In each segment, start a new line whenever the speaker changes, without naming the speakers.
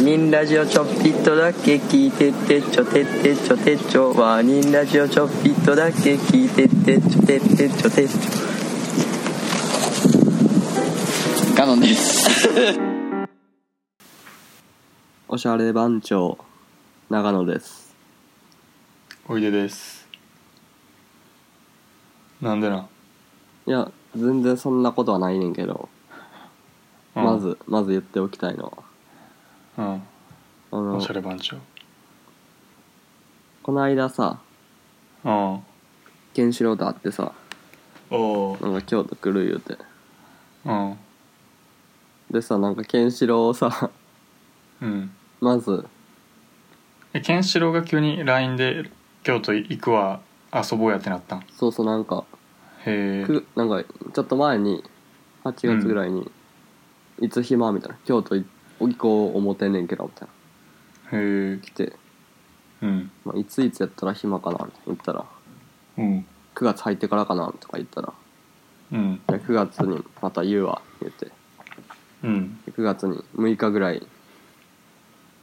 ニンラジオちょっぴっとだけ聞いてってちょてってちょてちょワニンラジオちょっぴっとだけ聞いてってちょてってちょてちょ
ガノンです。
おしゃれ番長長野です
おいでですなんでなん、
いや全然そんなことはないねんけど、
うん
まずまず言っておきたいのは
うん
あの
おしゃれ番長
この間さ
うん
ケンシロウと会ってさ
おう
なんか京都来る言うて
うん
でさなんかケンシロウをさ
うん
まず
えケンシロウが急に LINE で「京都行くわ遊ぼうや」ってなったんへ
そうそうなんか
え
くなんかちょっと前に8月ぐらいに、いつ暇みたいな京都い行こう思てんねんけどみたいな
へえ
来て、
うん
まあ、いついつやったら暇かなみたいな言ったら
うん
9月入ってからかなとか言ったら
うん
いや9月にまた言うわ言って
うん
9月に6日ぐらい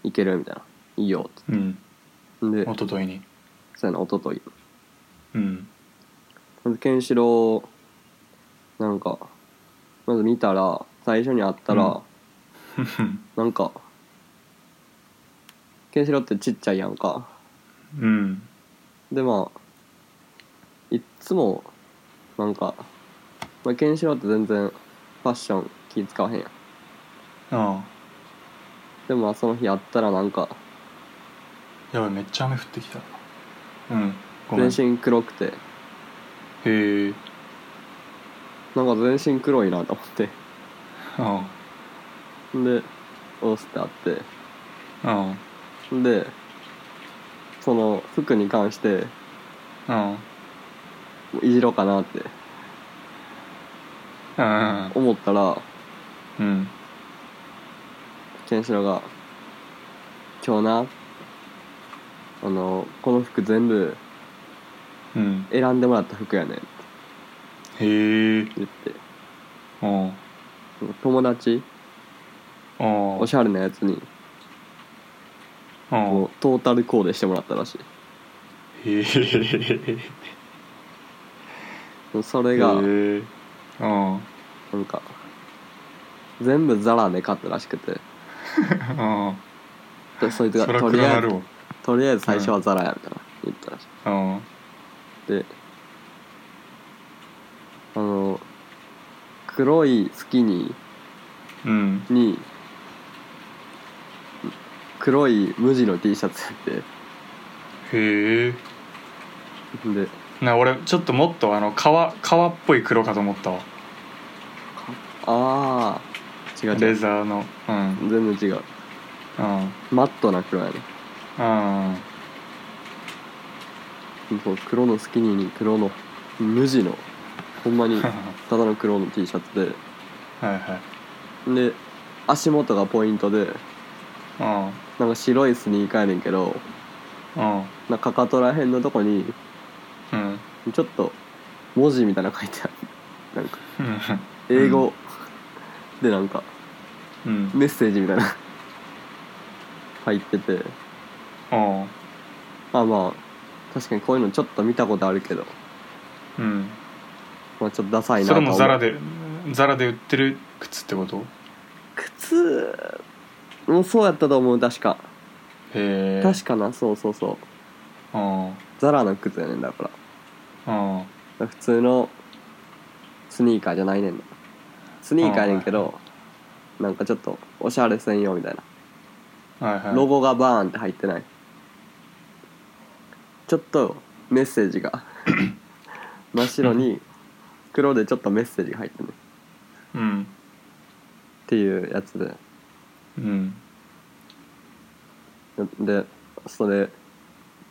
行けるみたいないいよって
うん
で
おとといに
そうやなおととい
うん
ケンシロウなんかまず見たら最初に会ったら、
うんふふ
なんかケンシロウってちっちゃいやんか
うん
でまあいっつもなんか、まあ、ケンシロウって全然ファッション気使わへんやん
ああ
でもまあその日会ったらなんか
やばいめっちゃ雨降ってきたうんごめんへ
全身黒くて
え
なんか全身黒いなと思って
あ
でおーすって会って
ああ
でその服に関して
ああ
いじろうかなって
ああ
思ったら
うん
ケンシロウが「今日なあのこの服全部
うん
選んでもらった服やねん」って
へえ
言って
うん
友達
うん
おしゃれなやつに
うん
こうトータルコーデしてもらったらし
へえ
いそれが
へえうん
なんか全部ザラで買ったらしくて
うん
でそいつ
そ
が
ら
と
暗
りあ
な
えず
るわ
とりあえず最初はザラやみたいな言ったらし
うん
いであの黒いスキニ
うん
ーに黒い無地の T シャツや
へえ
ってで
な俺ちょっともっとあの革革っぽい黒かと思ったわ
ああ違う違
レ
う
ザーのうん
全然違う
うん
マットな黒やね
うん
そう黒のスキニーに黒の無地のほんま にただの黒の T シャツ
はいはい
でで足元がポイントで
うん
なんか白いスニーカーやねんけど
うん
なんかかとらへんのとこに
うん
ちょっと文字みたいなの書いてあるなんか
うん
英語でなんか
うん
メッセージみたいな入ってて
うん
あまあ確かにこういうのちょっと見たことあるけど、
うん
まあ、ちょっとダサいな
そ
と
れ
思
も
う
ザラでザラで売ってる靴ってこと
靴もそうやったと思う確か
へえ
確かなそうそうそう
うんうん
ザラの靴やねんだからだから普通のスニーカーじゃないねんなスニーカーやねんけどなんかちょっとおしゃれ専用みたい
はいは
ないロゴがバーンって入ってないちょっとメッセージが真っ白に黒でちょっとメッセージが入ってるっ
うん
ていうやつで
うん
でそれ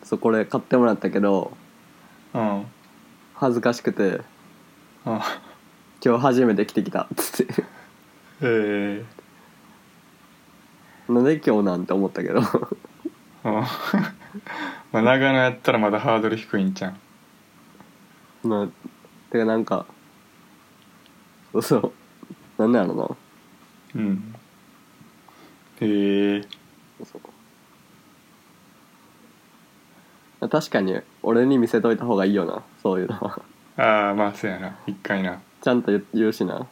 そこで買ってもらったけど
うん
恥ずかしくて
あ
今日初めて着てきたっつって
へえ
なんで今日なんて思ったけど
うん まあ長野やったらまだハードル低いんじゃん
まあてかなんかそうそうなんなんやろな
うんへえ
確かに俺に見せといた方がいいよなそういうの は
ああまあそうやな一回な
ちゃんと言言うしな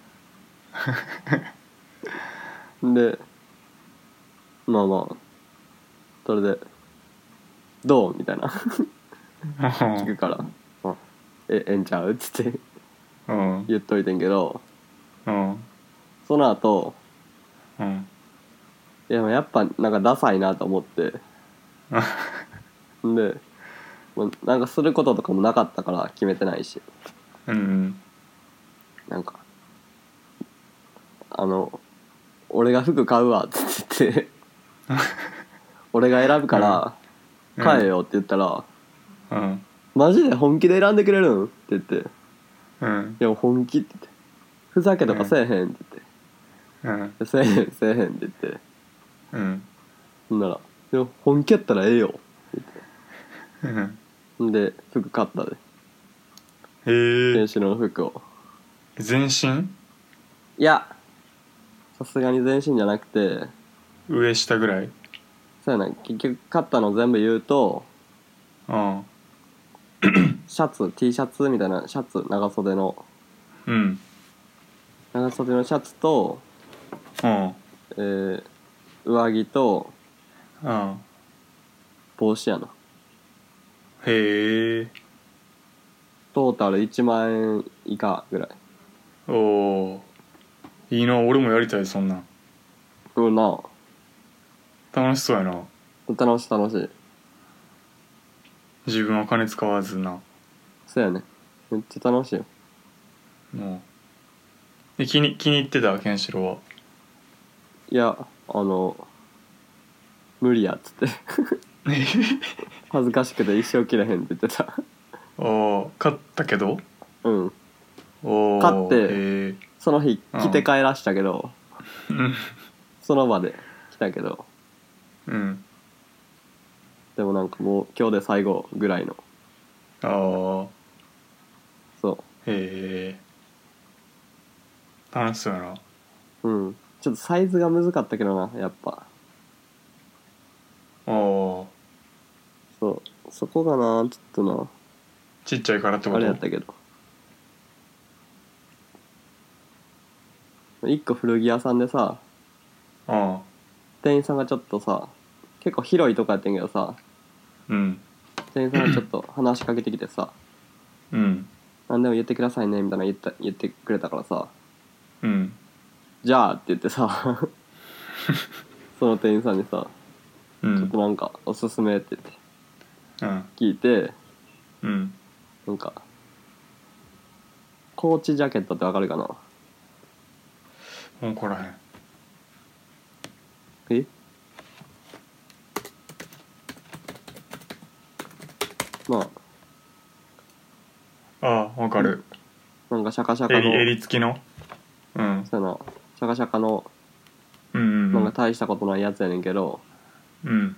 でまあまあそれで「どう?」みたいな聞くから「あえええんちゃう?」っつって
うん
言っといてんけど
うん
その後
うん
いややっぱなんかダサいなと思ってでもうなんかすることとかもなかったから決めてないし
うん
なんかあの「俺が服買うわ」っつって 言って俺が選ぶから
うん
買えよって言ったら「
うん
マジで本気で選んでくれるん?」って言って「い
うん
や本気」って言って「ふざけとかせえへん」って言って
う
「
ん
せえへんせえへん」って言って
うん
ほんなら「いや本気やったらええよ」って言って
うん
ほんで服買ったで
へ
選
え
手の服を
全身
いやさすがに全身じゃなくて
上下ぐらい
そうやな結局買ったの全部言うと
うん
シャツ T シャツみたいなシャツ長袖の
うん
長袖のシャツと、
うん
えー上着と
うん
帽子やな
へえ
トータル1万円以下ぐらい
おおーいいな俺もやりたいそんなん
うんな
楽しそうやな
楽しい楽しい
自分は金使わずな
そうやねめっちゃ楽しいよ
もうで気に気に入ってたケンシロウはい
やあの無理やっつって 恥ずかしくて一生着れへんって言ってた
おお勝ったけど
うん
おお
勝って
へえ
その日着て帰らしたけど、
うん
その場で来たけど
うん
でもなんかもう今日で最後ぐらいの
あ
そ
あへえ楽しそうやな
ううんちょっとサイズが難かったけどなやっぱ
おお
そうそこがなちょっと
ちっちゃいからって
な
こ
あ
と
れやったけど一個古着屋さんでさ
ああ
店員さんがちょっとさ結構広いとこやってんけどさ
うん
店員さんがちょっと話しかけてきてさ
うん
何でも言ってくださいねみたいな言った言ってくれたからさ
うん
じゃあって言って さその店員さんにさ
う
ちょっと
ん
なんかおすすめって言って
うん
聞いて
うん
なんかコーチジャケットってわかるかな
もうこらへん
えまあ
ああわかる
なんかシャカシャカの
襟襟付きのうん
そうやなシャカシャカの
うんう
なん
ん
か大したことないやつやねんけど、
うん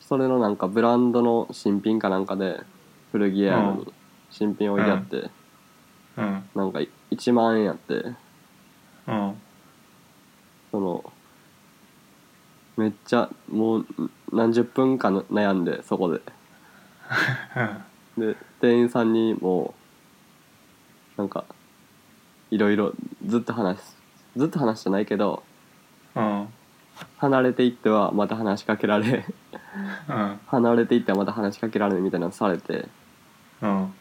それのなんかブランドの新品かなんかで古着屋やの
う
に新品置いてあって、
うん
なんか1万円やって
うん
そのめっちゃもう何十分か悩んでそこでで店員さんにもうなんかいろいろずっと話すずっと話じゃないけど
うんうん
離れていってはまた話しかけられ
うん
離れていってはまた話しかけられみたいなのされて
うん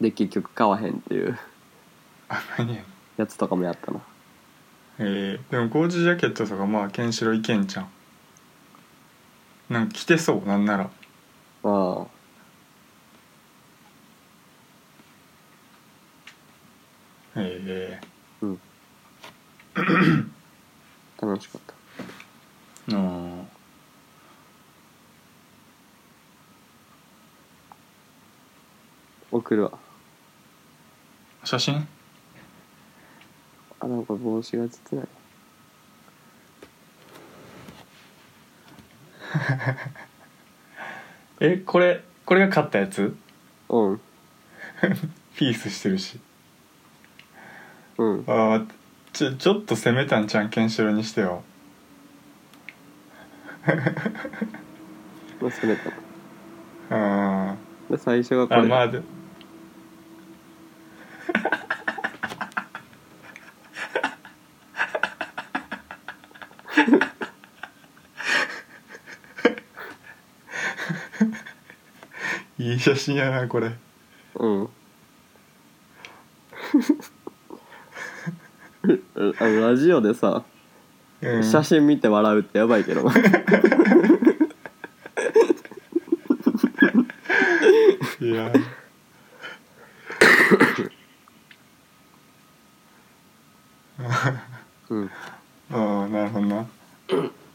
で結局買わへんっていう
あ何や
やつとかもやったな
えー、でもコーチジャケットとかまあケンシロウいけんじゃんなんか着てそうなんなら
ああ
え
うん。楽しかった。
えー、
送るわ。
写真
あ、なんか帽子が映ってない。
えこれこれが買ったやつ
うん。
ピースしてるし
うん。
ああちょちょっと攻めたんちゃんケンシロウにしてよ
忘れた。
うん
で最初がこ
あ
れ、
まあでいい写真やなこれ
うん。 うあのラジオでさ、
うん
写真見て笑うってやばい けど
いや
うん
ああなるほどな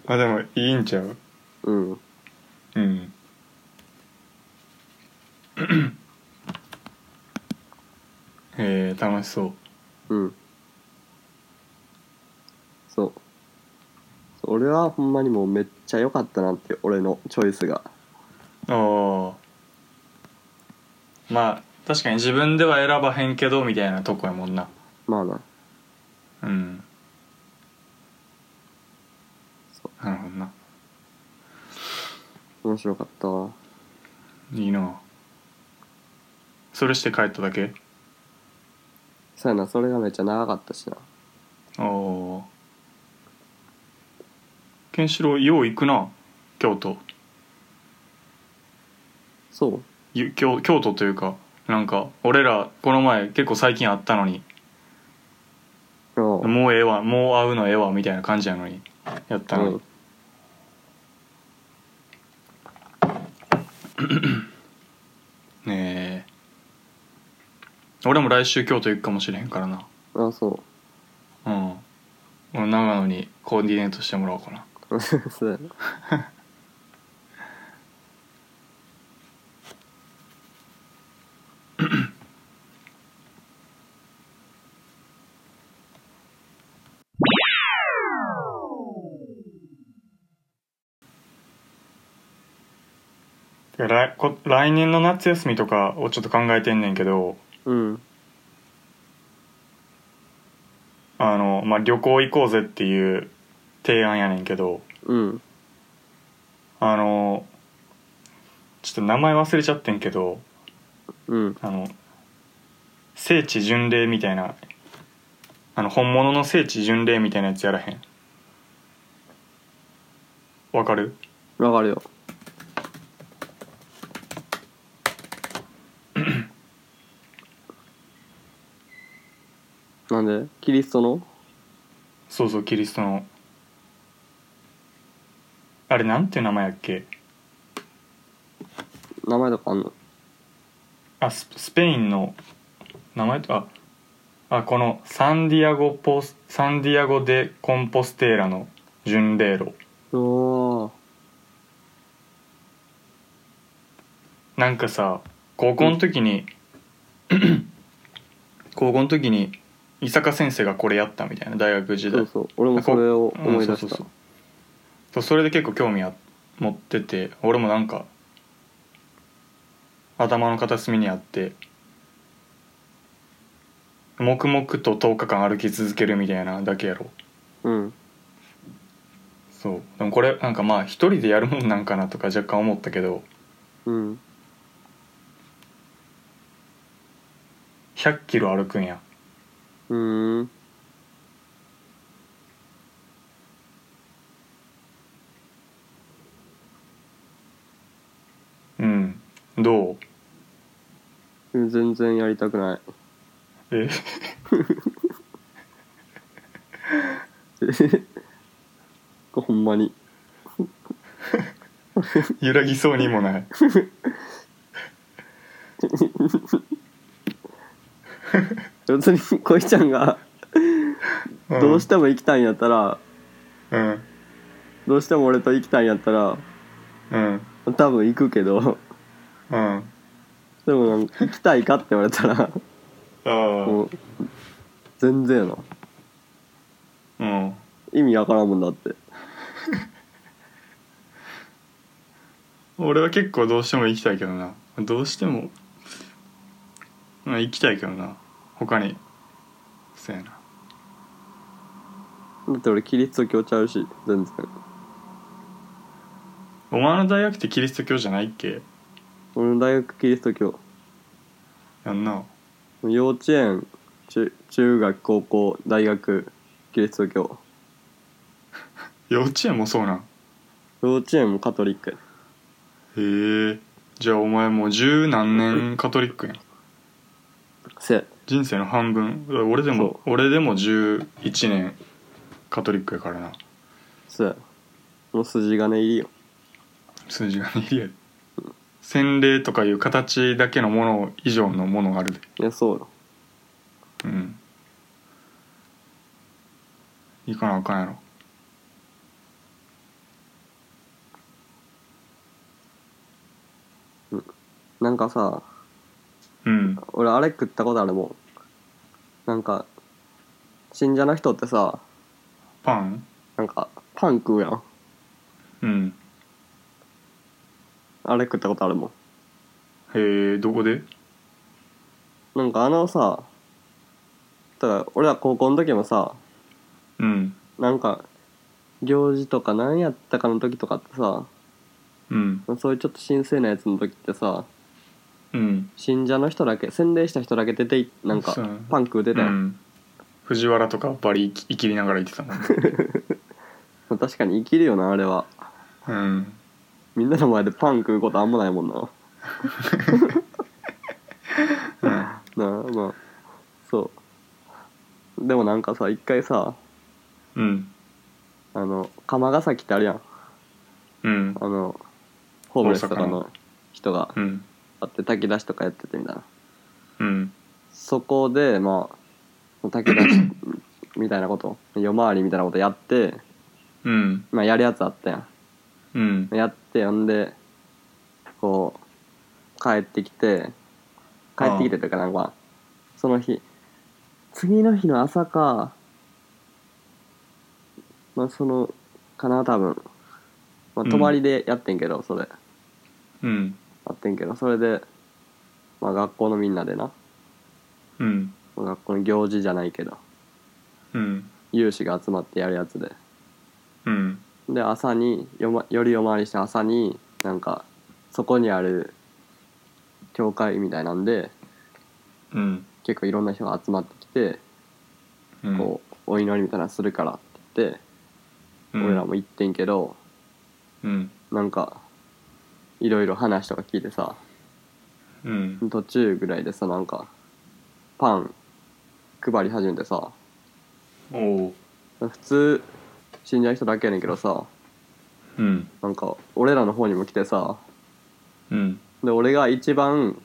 あでもいいんちゃう
うん
うんえー、楽しそう
うんそう俺はほんまにもうめっちゃ良かったなって俺のチョイスが
ああまあ確かに自分では選ばへんけどみたいなとこやもんな
まあな
うん
そ
なるほどな
面白かったわ
いいなそれして帰っただけ
そうやなそれがめっちゃ長かったしな
ああケンシロウよう行くな京都
そう
ゆ京京都というかなんか俺らこの前結構最近会ったのに
あ
もうええわもう会うのええわみたいな感じやのにやった
あ
の
う
に、
ん
ねえ俺も来週京都行くかもしれへんからな
あそ
うん俺長野にコーディネートしてもらおうかな
う そうやな
てか来こ来年の夏休みとかをちょっと考えてんねんけど
うん
あの、まあ、旅行行こうぜっていう提案やねんけど
うん
あのちょっと名前忘れちゃってんけど
うん
あの聖地巡礼みたいなあの本物の聖地巡礼みたいなやつやらへんわかる
わかる よなんでキリストの
そうそうキリストのあれなんていう名前やっけ
名前とかあんの
あススペインの名前とああこのサンディアゴポスサンディアゴ・デ・コンポステーラの巡礼路
おー
なんかさ高校の時に、 高校の時に伊坂先生がこれやったみたいな大学時
そ
代
うそう俺もそれを
うん
思い出し
そう
た
そうそうそうそれで結構興味あ持ってて俺もなんか頭の片隅にあって黙々と10日間歩き続けるみたいなだけやろ
うん
そうでもこれなんかまあ一人でやるもんなんかなとか若干思ったけど
うん
100キロ歩くんや
うーん
うんどう
全然やりたくない
え
ほんまに
揺らぎそうにもない
別に こいちゃんが どうしても行きたいんやったら、
うん
どうしても俺と行きたいんやったら
うん
多分行くけど
うんあ
でもなんか行きたいかって言われたら
あ
もう全然やな
うん
意味わからんもんだって
俺は結構どうしても行きたいけどなどうしても、まあ、行きたいけどな他にそうやな
だって俺キリスト教ちゃうし全然
お前の大学ってキリスト教じゃないっけ
俺の大学キリスト教
やんな
幼稚園中中学高校大学キリスト教
幼稚園もそうなん
幼稚園もカトリックや
へえじゃあお前もう十何年カトリックやん
せ
人生の半分俺でも俺でも11年カトリックやからな
せもう筋金入りよ
数字がねリアル洗礼とかいう形だけのもの以上のものがあるで
いやそうよ
うん行かなあかんやろ
なんかさ
うん
俺あれ食ったことあるもんなんか信者の人ってさ
パン
なんかパン食うやん
うん
あれ食ったことあるもん
へえどこで
なんかあのさだから俺ら高校の時もさ
うん
なんか行事とか何やったかの時とかってさ
うん
そういうちょっと神聖なやつの時ってさ
うん
信者の人だけ洗礼した人だけ出ていなんか
そう
パン食うてた
う
やん、
ん藤原とかバリ生き生きりながら言って たもんね
まあ確かに生きるよなあれは
うん
みんなの前でパン食うことあんまないもんななあまあそうでもなんかさ一回さ
うん
あの釜ヶ崎ってあるやん
うん
あのホームレスとかの人が
うん
あって炊き出しとかやっててみたいな
うん
そこでまあ炊き出しみたいなこと夜回りみたいなことやって
うん
まあやるやつあったやん
うん
やってほんでこう帰ってきて帰ってきてというかなんかその日次の日の朝かまあそのかな多分まあ
うん
泊まりでやってんけど、それ
うん
あってんけどそれでまあ学校のみんなでな
うん
まあ学校の行事じゃないけど
うん
有志が集まってやるやつで
うん
で朝によ,、ま、より夜回りして朝になんかそこにある教会みたいなんで
うん
結構いろんな人が集まってきて、
うん
こうお祈りみたいなのするからって言って、
うん
俺らも行ってんけど
うん
なんかいろいろ話とか聞いてさ
うん
途中ぐらいでさなんかパン配り始めてさ
おお
普通死んじゃう人だけやねんけどさ
うん
なんか俺らの方にも来てさ
うん
で俺が一番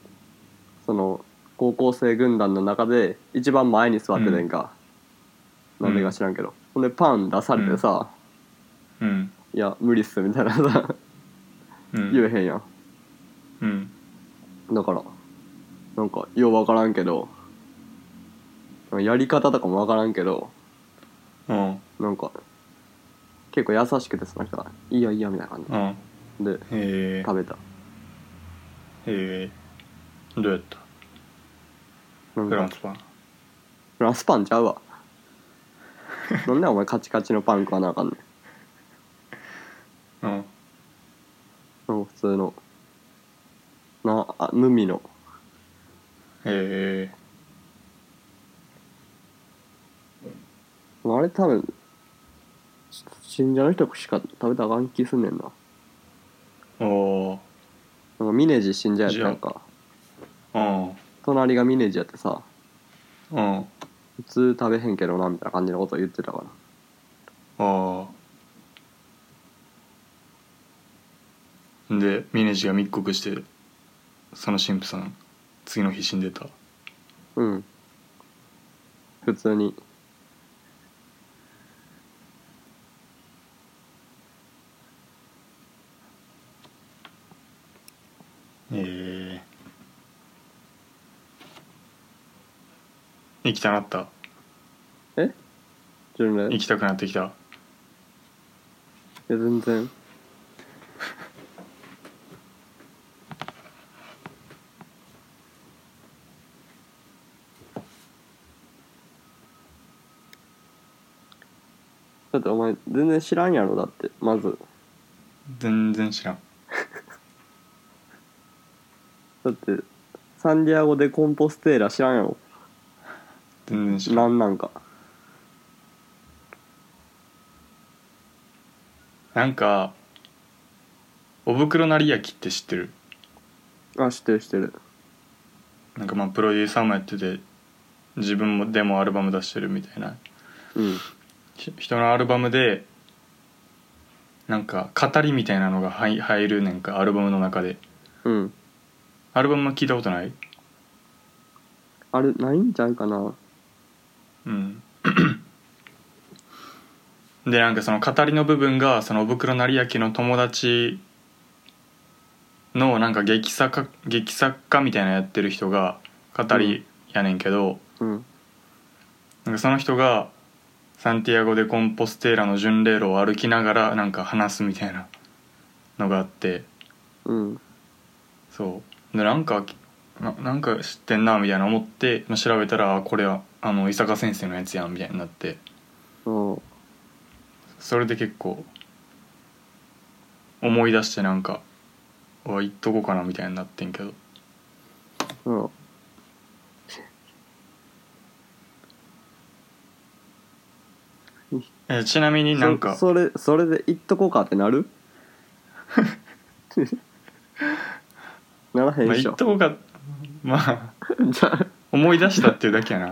その高校生軍団の中で一番前に座っててんか、
うん
なんでか知らんけど、ほんでパン出されてさ「
うん
いや無理っす」みたいなさ
うん
言えへんやん
うん
だからなんかよう分からんけどやり方とかも分からんけど
うん
なんか結構優しくてさなんか「いいよいいよ」みたいな感
うん
じで
へえ
食べた
へえどうやった
なん
フラン
か
スパン
フランスパンちゃう わなんでお前カチカチのパン食わなあかんねん
うん
うん普通のなあ無味の
へえ
あれ多分し信者の人しか食べたらあかん気すんねんな
おお
なんか峰地信者やったやんか
うん
隣が峰地やってさ
うん
普通食べへんけどなみたいな感じのこと言ってたから
ああで峰地が密告してその神父さん次の日死んでた
うん普通に
ええ行きたなった
自分で
行
い
きたくなってきた
や全然だってお前全然知らんやろだってまず
全然知らん
だってサンディアゴ・デ・コンポステーラ知らんやろ
全然知ら
何
ん
なんか
なんかお袋なり焼きって知ってる
あ知ってる知ってる
なんかまあプロデューサーもやってて自分もデモアルバム出してるみたいな
うん
ひ人のアルバムでなんか語りみたいなのが入入るなんかアルバムの中で
うん
アルバムは聞いたことない
あれないんちゃうかな
うん でなんかその語りの部分がそのお袋成明の友達のなんか劇作家劇作家みたいなやってる人が語りやねんけど、
うん
なんかその人がサンティアゴ・デ・コンポステーラの巡礼路を歩きながらなんか話すみたいなのがあって
うん
そうでなんかななんか知ってんなみたいな思ってまあ調べたらあこれはあの伊坂先生のやつやんみたいになって
そう
それで結構思い出してなんかうわ行っとこうかなみたいになってんけど
そう
えちなみになんか
そそれそれで行っとこうかってなるならへん
まあ、
でし
行
ょ
っ、とこうかまあ
じゃあ
思い出したっていうだけやな
じ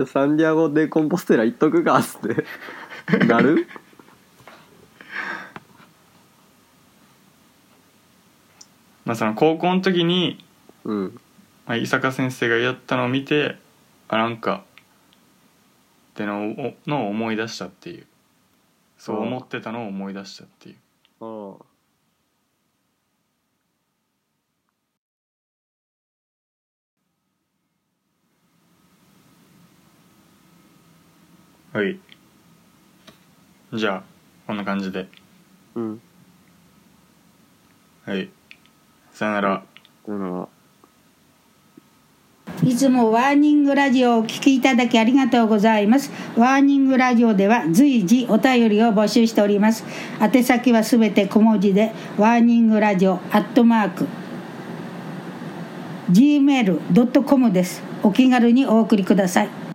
ゃあサンディアゴ・デ・コンポステラ行っとくかっつってなる
まあその高校の時に、
うん
まあ、伊坂先生がやったのを見てあなんかってのをおのを思い出したっていうそう思ってたのを思い出したっていう
ああ
はいじゃあこんな感じで
うん
はいさよなら
だから
いつもワーニングラジオをお聞きいただきありがとうございます。ワーニングラジオでは随時お便りを募集しております。宛先はすべて小文字で、ワーニングラジオアットマーク、gmail.com です。お気軽にお送りください。